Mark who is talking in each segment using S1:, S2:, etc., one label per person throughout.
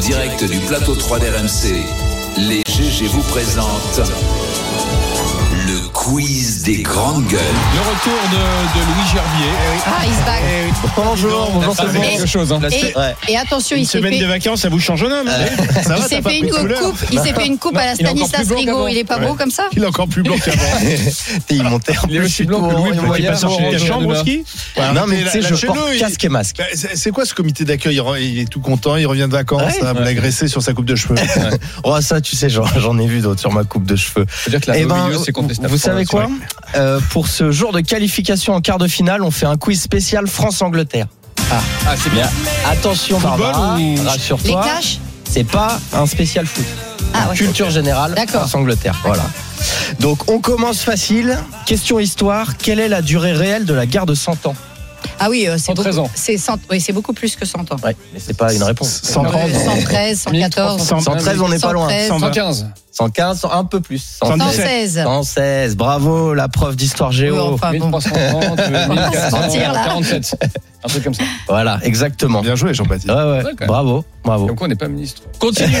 S1: direct du plateau 3 d'RMC, les GG vous présentent le quiz des grandes gueules.
S2: Le retour de, de Louis Gerbier.
S3: Eh
S4: Ah, il se bat.
S5: Bonjour, bonjour,
S2: Ça
S5: c'est
S2: fait
S5: bon.
S2: quelque chose. hein.
S4: Et,
S5: Ouais.
S4: et attention, il s'est
S3: Semaine de
S4: fait,
S3: vacances, ça vous change un homme. Euh, Ça
S4: il
S3: va,
S4: s'est
S3: t'as pas
S4: fait
S3: pris
S4: une
S3: de couleur.
S4: coupe. Il s'est fait une coupe à la
S2: Il est encore
S4: Stanislas
S2: plus blanc
S4: Rigaud.
S2: qu'avant.
S4: Il est pas beau comme ça
S3: Il est encore plus blanc qu'avant.
S5: Et il montait en
S2: Il
S5: plus,
S2: est
S5: je
S2: aussi
S5: suis
S2: blanc que
S5: tout
S2: Louis
S5: en-
S2: Fouquet.
S5: voyage.
S2: Passons chez
S3: T'as
S2: les
S3: la chambre au
S2: Hanouna.
S3: ski
S5: Non, mais
S3: la-
S5: tu sais,
S3: la
S5: je
S3: chenille,
S5: porte
S3: il-
S5: casque et masque.
S3: Bah, C'est c'est quoi ce comité d'accueil il, re- il est tout content, il revient de vacances,
S5: Ouais.
S3: à me l'agresser sur sa coupe de cheveux.
S5: Oh, ça, tu sais, j'en j'en ai vu d'autres sur ma coupe de cheveux.
S2: Faut dire que la
S5: Eh
S2: au
S5: ben,
S2: milieu, c'est
S5: vous,
S2: contestable.
S5: vous savez quoi Euh, Pour ce jour de qualification en quart de finale, on fait un quiz spécial France-Angleterre.
S2: Ah, c'est bien.
S5: Attention,
S3: Football
S5: Barbara,
S3: ou-
S4: Les
S5: rassure-toi,
S4: caches
S5: c'est pas un spécial foot.
S4: Ah ouais.
S5: Culture générale,
S4: D'accord.
S5: France-Angleterre. Voilà. Donc, on commence facile. Question histoire quelle est la durée réelle de la guerre de 100 ans
S4: Ah oui, euh, c'est
S2: 113
S4: beaucoup,
S2: ans.
S4: c'est cent- oui, c'est beaucoup plus que 100 ans.
S5: Ouais, mais c'est pas une réponse.
S3: 130.
S4: Euh, 113, 114,
S5: 113, on n'est pas loin.
S4: 113,
S2: 115.
S5: 115, 100, un peu plus. 116.
S4: 116.
S5: 116, bravo, la prof d'histoire géo.
S4: Oui, Oh, enfin bon.
S2: 1330,
S4: sentir, là.
S2: 47. Un truc comme ça.
S5: Voilà, exactement.
S3: Bien joué, Jean-Baptiste.
S5: Ouais, ouais,
S2: Ouais, quand même.
S5: bravo, bravo.
S2: Donc on n'est pas ministre. Euh, Continue.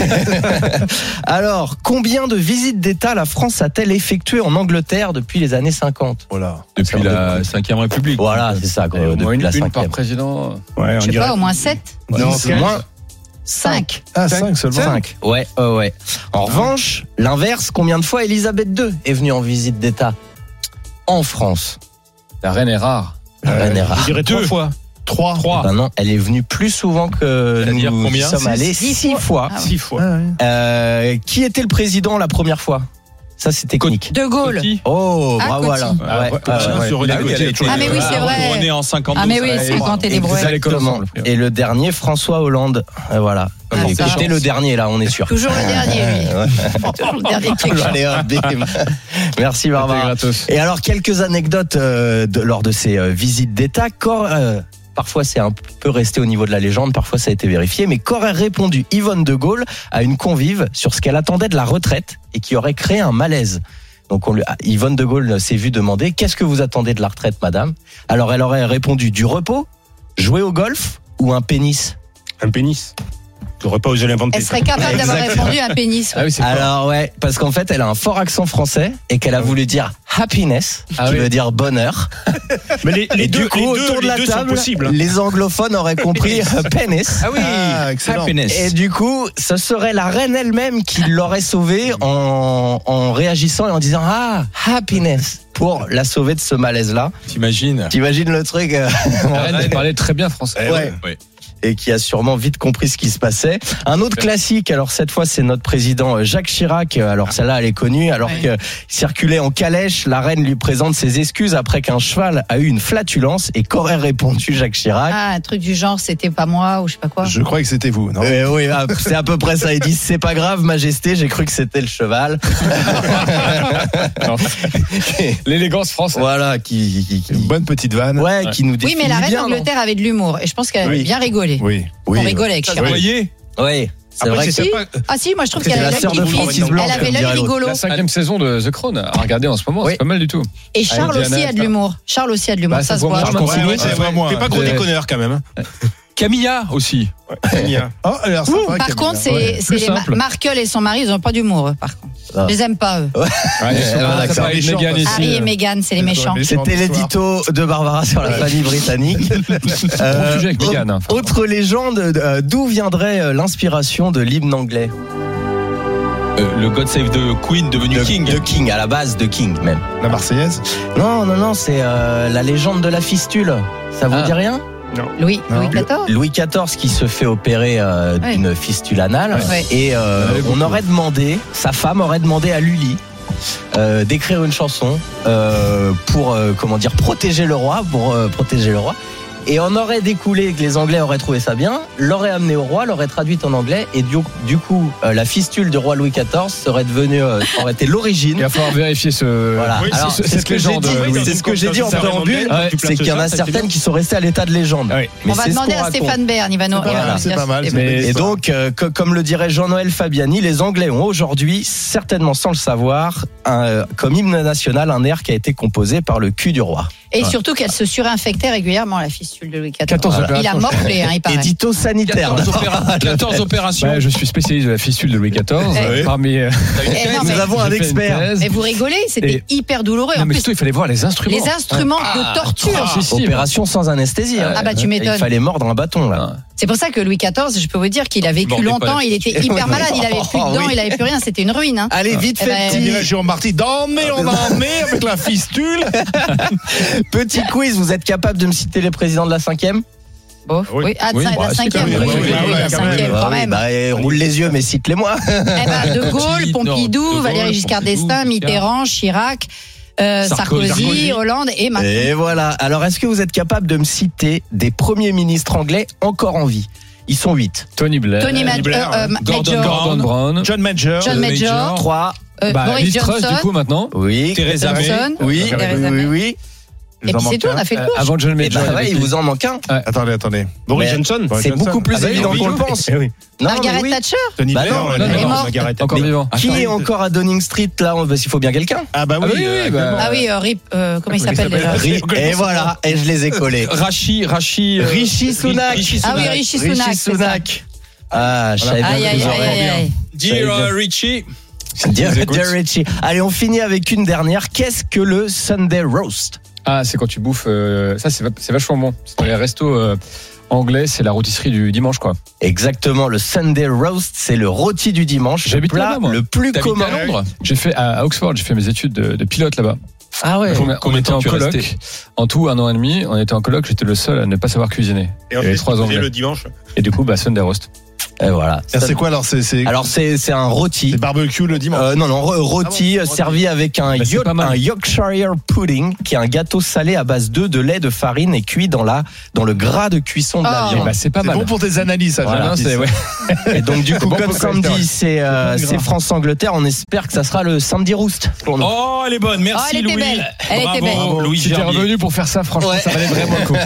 S5: Alors, combien de visites d'État la France a-t-elle effectuées en Angleterre depuis les années 50
S3: Voilà.
S5: Depuis la
S2: 5 République.
S5: Voilà, c'est ça, quoi,
S2: Au
S5: Euh, depuis
S2: Euh, moins une,
S5: la
S2: une par
S5: 5
S2: président.
S3: Ouais, on
S4: Je sais
S3: dirait-
S4: pas, au moins 7,
S3: Non,
S5: Non, c'est
S3: cinq.
S5: moins
S4: 5.
S3: Ah, 5 seulement.
S5: 5. Ouais, ouais, ouais. En revanche, l'inverse, combien de fois Elisabeth II est venue en visite d'État en France
S2: La reine est rare.
S3: Euh,
S5: La reine est rare.
S3: Je dirais 2 fois. 3. 3.
S5: Ben non, elle est venue plus souvent que
S3: C'est-à-dire
S5: nous
S3: combien
S5: sommes
S3: Six.
S5: allés. 6 fois.
S4: Ah ouais.
S3: 6 fois.
S5: Euh, qui était le président la première fois Ça, c'est technique.
S4: De Gaulle.
S5: Oh,
S4: Ah,
S5: bravo
S4: Coty.
S5: Alain.
S3: Ah,
S5: Ouais,
S3: ouais,
S5: ouais,
S3: Coty,
S5: ouais.
S3: sur René Gauthier, était-
S4: Ah, mais oui, c'est vrai.
S6: On est en 52.
S4: Ah mais oui,
S6: ça va,
S4: c'est
S6: et-
S4: quand t'es
S2: Exact.
S4: débrouille.
S5: Exactement.
S2: ensemble, frère.
S5: Et le dernier, François Hollande. Et voilà.
S4: Ah,
S5: Et
S4: ça.
S5: C'était le dernier, là, on est sûr.
S4: Toujours le dernier, lui.
S5: Ouais.
S4: Toujours le dernier qui
S5: Allez, hop, bim. Merci, Barbara.
S2: gratos.
S5: Et alors, quelques anecdotes euh, de- lors de ces euh, visites d'État. Quand, euh, parfois, c'est un peu resté au niveau de la légende, parfois, ça a été vérifié. Mais qu'aurait répondu Yvonne de Gaulle à une convive sur ce qu'elle attendait de la retraite et qui aurait créé un malaise donc on lui- ah, Yvonne de Gaulle s'est vue demander Qu'est-ce que vous attendez de la retraite, madame Alors elle aurait répondu Du repos, jouer au golf ou un pénis
S3: Un pénis. Tu n'aurais pas osé l'inventer.
S4: Elle serait capable d'avoir répondu à un pénis.
S2: Ah oui, c'est fort.
S5: Alors ouais, parce qu'en fait, elle a un fort accent français et qu'elle a
S3: Ah
S5: voulu dire happiness,
S2: Ah
S5: qui
S2: oui.
S5: veut dire bonheur.
S3: Mais les, les
S5: et
S3: deux,
S5: du coup,
S3: les deux,
S5: autour de
S3: les
S5: la
S3: deux sont
S5: table,
S3: possibles. hein.
S5: les anglophones auraient compris euh, pénis.
S2: Ah oui.
S3: Ah, excellent.
S5: Et
S6: Happiness.
S5: du coup, ce serait la reine elle-même qui l'aurait sauvée en, en réagissant et en disant ah happiness pour la sauver de ce malaise-là.
S3: Ah.
S6: T'imagines
S5: T'imagines le truc euh,
S2: La reine elle parlait très bien français.
S3: Eh ouais.
S6: Ouais.
S5: et qui a sûrement vite compris ce qui se passait. Un autre classique, alors cette fois c'est notre président euh, Jacques Chirac, Euh, alors celle-là elle est connue, alors
S4: Ouais.
S5: que circulait en calèche, la reine lui présente ses excuses après qu'un cheval a eu une flatulence et qu'aurait répondu Jacques Chirac
S4: Ah, un truc du genre, c'était pas moi ou je sais pas quoi.
S3: Je croyais que c'était vous. Non
S5: Euh, oui, ah, c'est à peu près ça. Il dit c'est pas grave, Majesté. J'ai cru que c'était le cheval.
S2: Non. L'élégance française.
S5: Voilà, qui, qui,
S3: Une
S5: qui-
S3: bonne petite vanne.
S5: ouais, qui nous
S4: Oui,
S5: définit
S4: mais la reine
S5: bien,
S4: d'Angleterre avait de l'humour et je pense qu'elle avait
S3: Oui.
S4: bien rigolé.
S3: Oui.
S4: On
S3: oui. Ah,
S4: rigolait avec
S6: Ça se
S4: Chirac.
S6: voyait
S5: non Ouais, c'est vrai.
S4: c'est
S5: que-
S4: Si. Ah si, moi je trouve
S5: C'était
S4: qu'elle
S5: la
S4: avait
S5: sœur de
S4: l'œil qui
S5: Francis
S4: brille.
S5: Blanche,
S4: Elle avait
S5: comme
S4: l'œil
S5: dirait l'autre.
S4: rigolo.
S2: La cinquième saison de The Crown à regarder en ce moment,
S5: Oui.
S2: c'est pas mal du tout.
S4: Et Charles
S2: Diana,
S4: aussi a de
S2: ça.
S4: l'humour. Charles aussi a de l'humour,
S2: Bah,
S4: ça se
S2: ça voit
S4: voit.
S2: moins.
S3: Ouais, ouais, c'est
S6: Ouais.
S3: vraiment. T'es pas gros
S2: Ouais.
S3: déconneur quand même. hein.
S6: Camilla aussi.
S3: Oh, alors, c'est vrai
S4: Par
S3: qu'elle
S4: contre,
S3: est-
S4: c'est c'est
S2: Plus
S4: les Ma-
S2: simple.
S4: Markle et son mari, ils ont pas d'humour, eux, par contre.
S5: Ah.
S4: Je les aime pas, eux.
S2: Ouais,
S5: ouais,
S2: ça
S5: d'accord.
S2: va avec
S3: Méchant,
S2: Meghan
S3: parce que-
S2: ici,
S4: Harry
S2: euh,
S4: et Meghan, c'est les méchants.
S5: C'était l'édito de Barbara sur la famille britannique. Euh,
S2: Bon sujet avec Meghan, hein. Enfin,
S5: Autre légende, euh, d'où viendrait euh, l'inspiration de l'hymne anglais
S6: Euh, le God Save the Queen devenu
S5: de,
S6: King.
S5: de King, à la base de King même.
S3: La Marseillaise
S5: Non, non, non, c'est euh, la légende de la fistule. Ça vous
S2: Ah.
S5: dit rien
S4: Louis,
S3: Non.
S4: Louis XIV
S5: Louis XIV qui se fait opérer euh,
S4: Ouais.
S5: d'une fistule anale
S4: Ouais.
S5: et euh,
S2: Ouais,
S5: on
S2: beaucoup.
S5: aurait demandé, sa femme aurait demandé à Lully euh, d'écrire une chanson euh, pour euh, comment dire protéger le roi, pour euh, protéger le roi. Et on aurait découlé que les Anglais auraient trouvé ça bien, l'auraient amené au roi, l'auraient traduite en anglais et du, du coup euh, la fistule du roi Louis XIV serait devenue euh, aurait été
S2: Il
S5: l'origine.
S2: va falloir vérifier ce.
S5: Voilà.
S3: Oui,
S5: Alors,
S2: c'est-
S5: c'est
S2: c'est
S5: ce que j'ai
S2: légende,
S5: dit,
S2: euh,
S5: c'est
S3: oui.
S5: ce que j'ai dit en
S3: Ça remonte
S5: préambule,
S3: bien, tu
S5: c'est
S3: places
S5: qu'il y en
S3: ça,
S5: a
S3: c'est
S5: certaines
S3: bien.
S5: qui sont restées à l'état de légende.
S2: Ah oui.
S5: Mais
S4: On va
S5: c'est ce
S4: demander
S5: qu'on
S4: à
S5: raconte.
S4: Stéphane Bern, il va nous.
S3: C'est pas
S4: il va
S3: mal,
S4: nous
S3: c'est
S4: dire
S3: pas
S4: si
S3: mal,
S4: c'est
S3: c'est
S4: bon.
S2: Mais-
S5: Et
S3: C'est
S5: donc, euh, co- comme le dirait Jean-Noël Fabiani, les Anglais ont aujourd'hui, certainement sans le savoir, un, euh, comme hymne national un air qui a été composé par le cul du roi.
S4: Et surtout qu'elle se surinfectait régulièrement, la fille. insulte de Louis XIV.
S2: 14
S5: Voilà.
S4: Il a
S2: opérations.
S4: morflé, hein, il paraît.
S5: Édito sanitaire.
S2: Ah,
S6: 14, opéra- 14 opérations.
S2: Ouais, je suis spécialiste de la fistule de Louis XIV.
S3: Ouais.
S2: Parmi, euh,
S6: T'as une
S4: Eh,
S6: thèse.
S4: non,
S5: Nous
S4: mais-
S5: avons un
S2: j'ai fait une
S5: expert.
S2: thèse.
S4: Et vous rigolez, c'était hyper douloureux.
S2: Non,
S4: En
S2: mais
S4: plus,
S2: surtout, il fallait voir les instruments.
S4: les instruments de torture.
S2: Ah, si, si.
S5: Opération sans anesthésie. hein.
S4: Ah bah tu
S5: Il
S4: m'étonnes.
S5: fallait mordre un bâton là.
S4: C'est pour ça que Louis XIV, je peux vous dire qu'il a vécu
S6: Mordez pas
S4: longtemps,
S6: la
S4: il était hyper malade, il avait plus de
S5: Oh,
S4: dents,
S5: oui.
S4: il avait plus rien, c'était une ruine. hein.
S5: Allez, vite
S4: Eh ben,
S5: fait,
S3: Il
S5: petit,
S3: est là, Jérôme Marty, d'emmener, on
S2: Ah,
S3: a emmené avec la fistule.
S5: petit quiz. Vous êtes capable de me citer les présidents de la cinquième
S4: Bon,
S3: Oui.
S4: oui, ah,
S2: Oui,
S4: ça,
S2: bah,
S4: la
S2: c'est
S4: cinquième, oui,
S2: quand même-
S4: oui,
S2: oui,
S4: oui,
S3: oui,
S4: la
S3: quand
S4: cinquième,
S5: Bah
S4: quand
S5: oui,
S4: même.
S5: bah, eh, roule les yeux, mais cite-les-moi.
S4: Eh ben, de Gaulle,
S6: Petit, non, De
S4: Pompidou,
S6: Gaulle,
S4: Valéry Giscard
S6: Pompidou,
S4: d'Estaing, Mitterrand, Chirac, euh,
S6: Sarkozy.
S4: Sarkozy,
S6: Sarkozy.
S4: Hollande et Macron.
S5: Et voilà. Alors, est-ce que vous êtes capable de me citer des premiers ministres anglais encore en vie Ils sont 8.
S2: Tony Blair.
S4: Tony Mad-
S3: Blair,
S4: euh, euh,
S6: Gordon
S4: Major,
S2: Gordon Brown. Euh,
S3: John Major.
S4: John Major,
S5: 3.
S4: euh,
S2: Bah,
S4: Boris
S2: Liz Truss,
S4: Johnson,
S2: du coup, maintenant.
S5: Oui.
S6: Theresa May.
S4: Johnson.
S5: Oui.
S2: Theresa
S5: Oui,
S4: May.
S5: oui, oui.
S4: Et
S5: J'en
S4: puis c'est
S5: manque
S4: tout, on
S5: un.
S4: a fait le
S2: Euh,
S4: tour.
S2: avant John
S5: Eh ben,
S2: Major. il y
S5: ouais,
S2: avait
S5: il
S2: qui
S5: vous en manque un.
S3: Attendez, attendez. Boris
S5: Mais-
S3: Johnson. Boris
S5: C'est
S3: Johnson.
S5: beaucoup plus
S3: Ah bah oui,
S5: évident
S3: Boris
S5: qu'on le
S3: Johnson.
S5: pense.
S3: Eh oui.
S5: Non, mais
S4: Margaret
S5: oui.
S4: Thatcher
S3: Tony
S5: Bah
S3: Blair, euh,
S5: non,
S3: on
S5: Ah
S3: l'a
S2: non,
S3: dit,
S2: non,
S3: on
S2: non.
S3: l'a garré.
S2: Encore
S5: Mais
S2: vivant.
S5: Qui
S3: Attends,
S5: est
S3: il-
S5: encore à Downing Street là On- Parce qu'il faut bien quelqu'un.
S3: Ah bah
S2: Ah oui,
S3: oui.
S2: oui,
S3: euh,
S2: bah,
S3: évidemment.
S4: Ah oui, euh, Rip, euh, comment il s'appelle déjà
S5: Ri- Et voilà, et je les ai collés.
S6: Rachi, Rachi. euh,
S5: Rishi Sunak.
S6: Rishi
S4: Ah oui, Rishi Sunak.
S5: Rishi
S4: c'est ça.
S5: Sunak. Ah, je savais bien
S4: Aïe,
S5: que
S4: aïe,
S5: vous auriez-
S4: aïe, aïe, aïe.
S6: Dear euh, Richie.
S5: Dear-
S6: Ils écoutent.
S5: Dear Richie. Allez, on finit avec une dernière. Qu'est-ce que le Sunday roast
S2: Ah, c'est quand tu bouffes. euh, ça, c'est va- c'est vachement bon. C'est dans les restos euh, anglais, c'est la rôtisserie du dimanche, quoi.
S5: Exactement, le Sunday roast, c'est le rôti du dimanche, le
S2: J'habite
S5: plat
S2: là-bas, moi.
S5: le plus
S6: T'habites
S5: commun.
S6: à Londres
S2: J'ai fait à à Oxford, j'ai fait mes études de, de pilote là-bas.
S5: Ah ouais.
S2: On- on
S6: combien de
S2: était
S6: temps
S2: en
S6: tu es
S2: coloc.
S6: resté
S2: En tout, un an et demi, on était en coloc. J'étais le seul à ne pas savoir cuisiner.
S7: Et
S2: Il y avait
S7: ensuite,
S2: trois
S7: tu faisais
S2: Anglais.
S7: le dimanche.
S2: Et du coup, bah, Sunday roast.
S5: Et voilà.
S3: Ah, C'est quoi alors C'est c'est-
S5: Alors c'est c'est un rôti.
S3: c'est barbecue le dimanche.
S5: Euh, non, non, ro- rôti
S3: Ah bon,
S5: euh,
S3: rôti.
S5: servi avec un,
S2: Bah, c'est
S5: York-
S2: pas mal.
S5: un Yorkshire pudding, qui est un gâteau salé à base d'œufs, de lait, de farine et cuit dans, la, dans le gras de cuisson de la
S4: Ah.
S2: Et
S5: viande.
S2: bah, c'est pas
S3: C'est
S2: mal.
S3: bon pour tes analyses, ça. hein,
S2: Voilà,
S3: Jean-Baptiste.
S2: c'est- ouais.
S5: Et donc du coup,
S2: bon
S5: comme
S2: pour le cholestérol.
S5: samedi, c'est euh,
S3: bon pour le
S5: c'est
S3: gras.
S5: France-Angleterre, on espère que ça sera le samedi roast pour nous.
S6: Oh, elle est bonne. Merci,
S4: Oh, elle était
S6: Louis.
S4: belle. Elle était
S6: Bravo,
S4: belle.
S6: Louis
S2: si t'es
S6: Gerbier.
S2: revenu pour faire ça, franchement, ça valait vraiment le coup.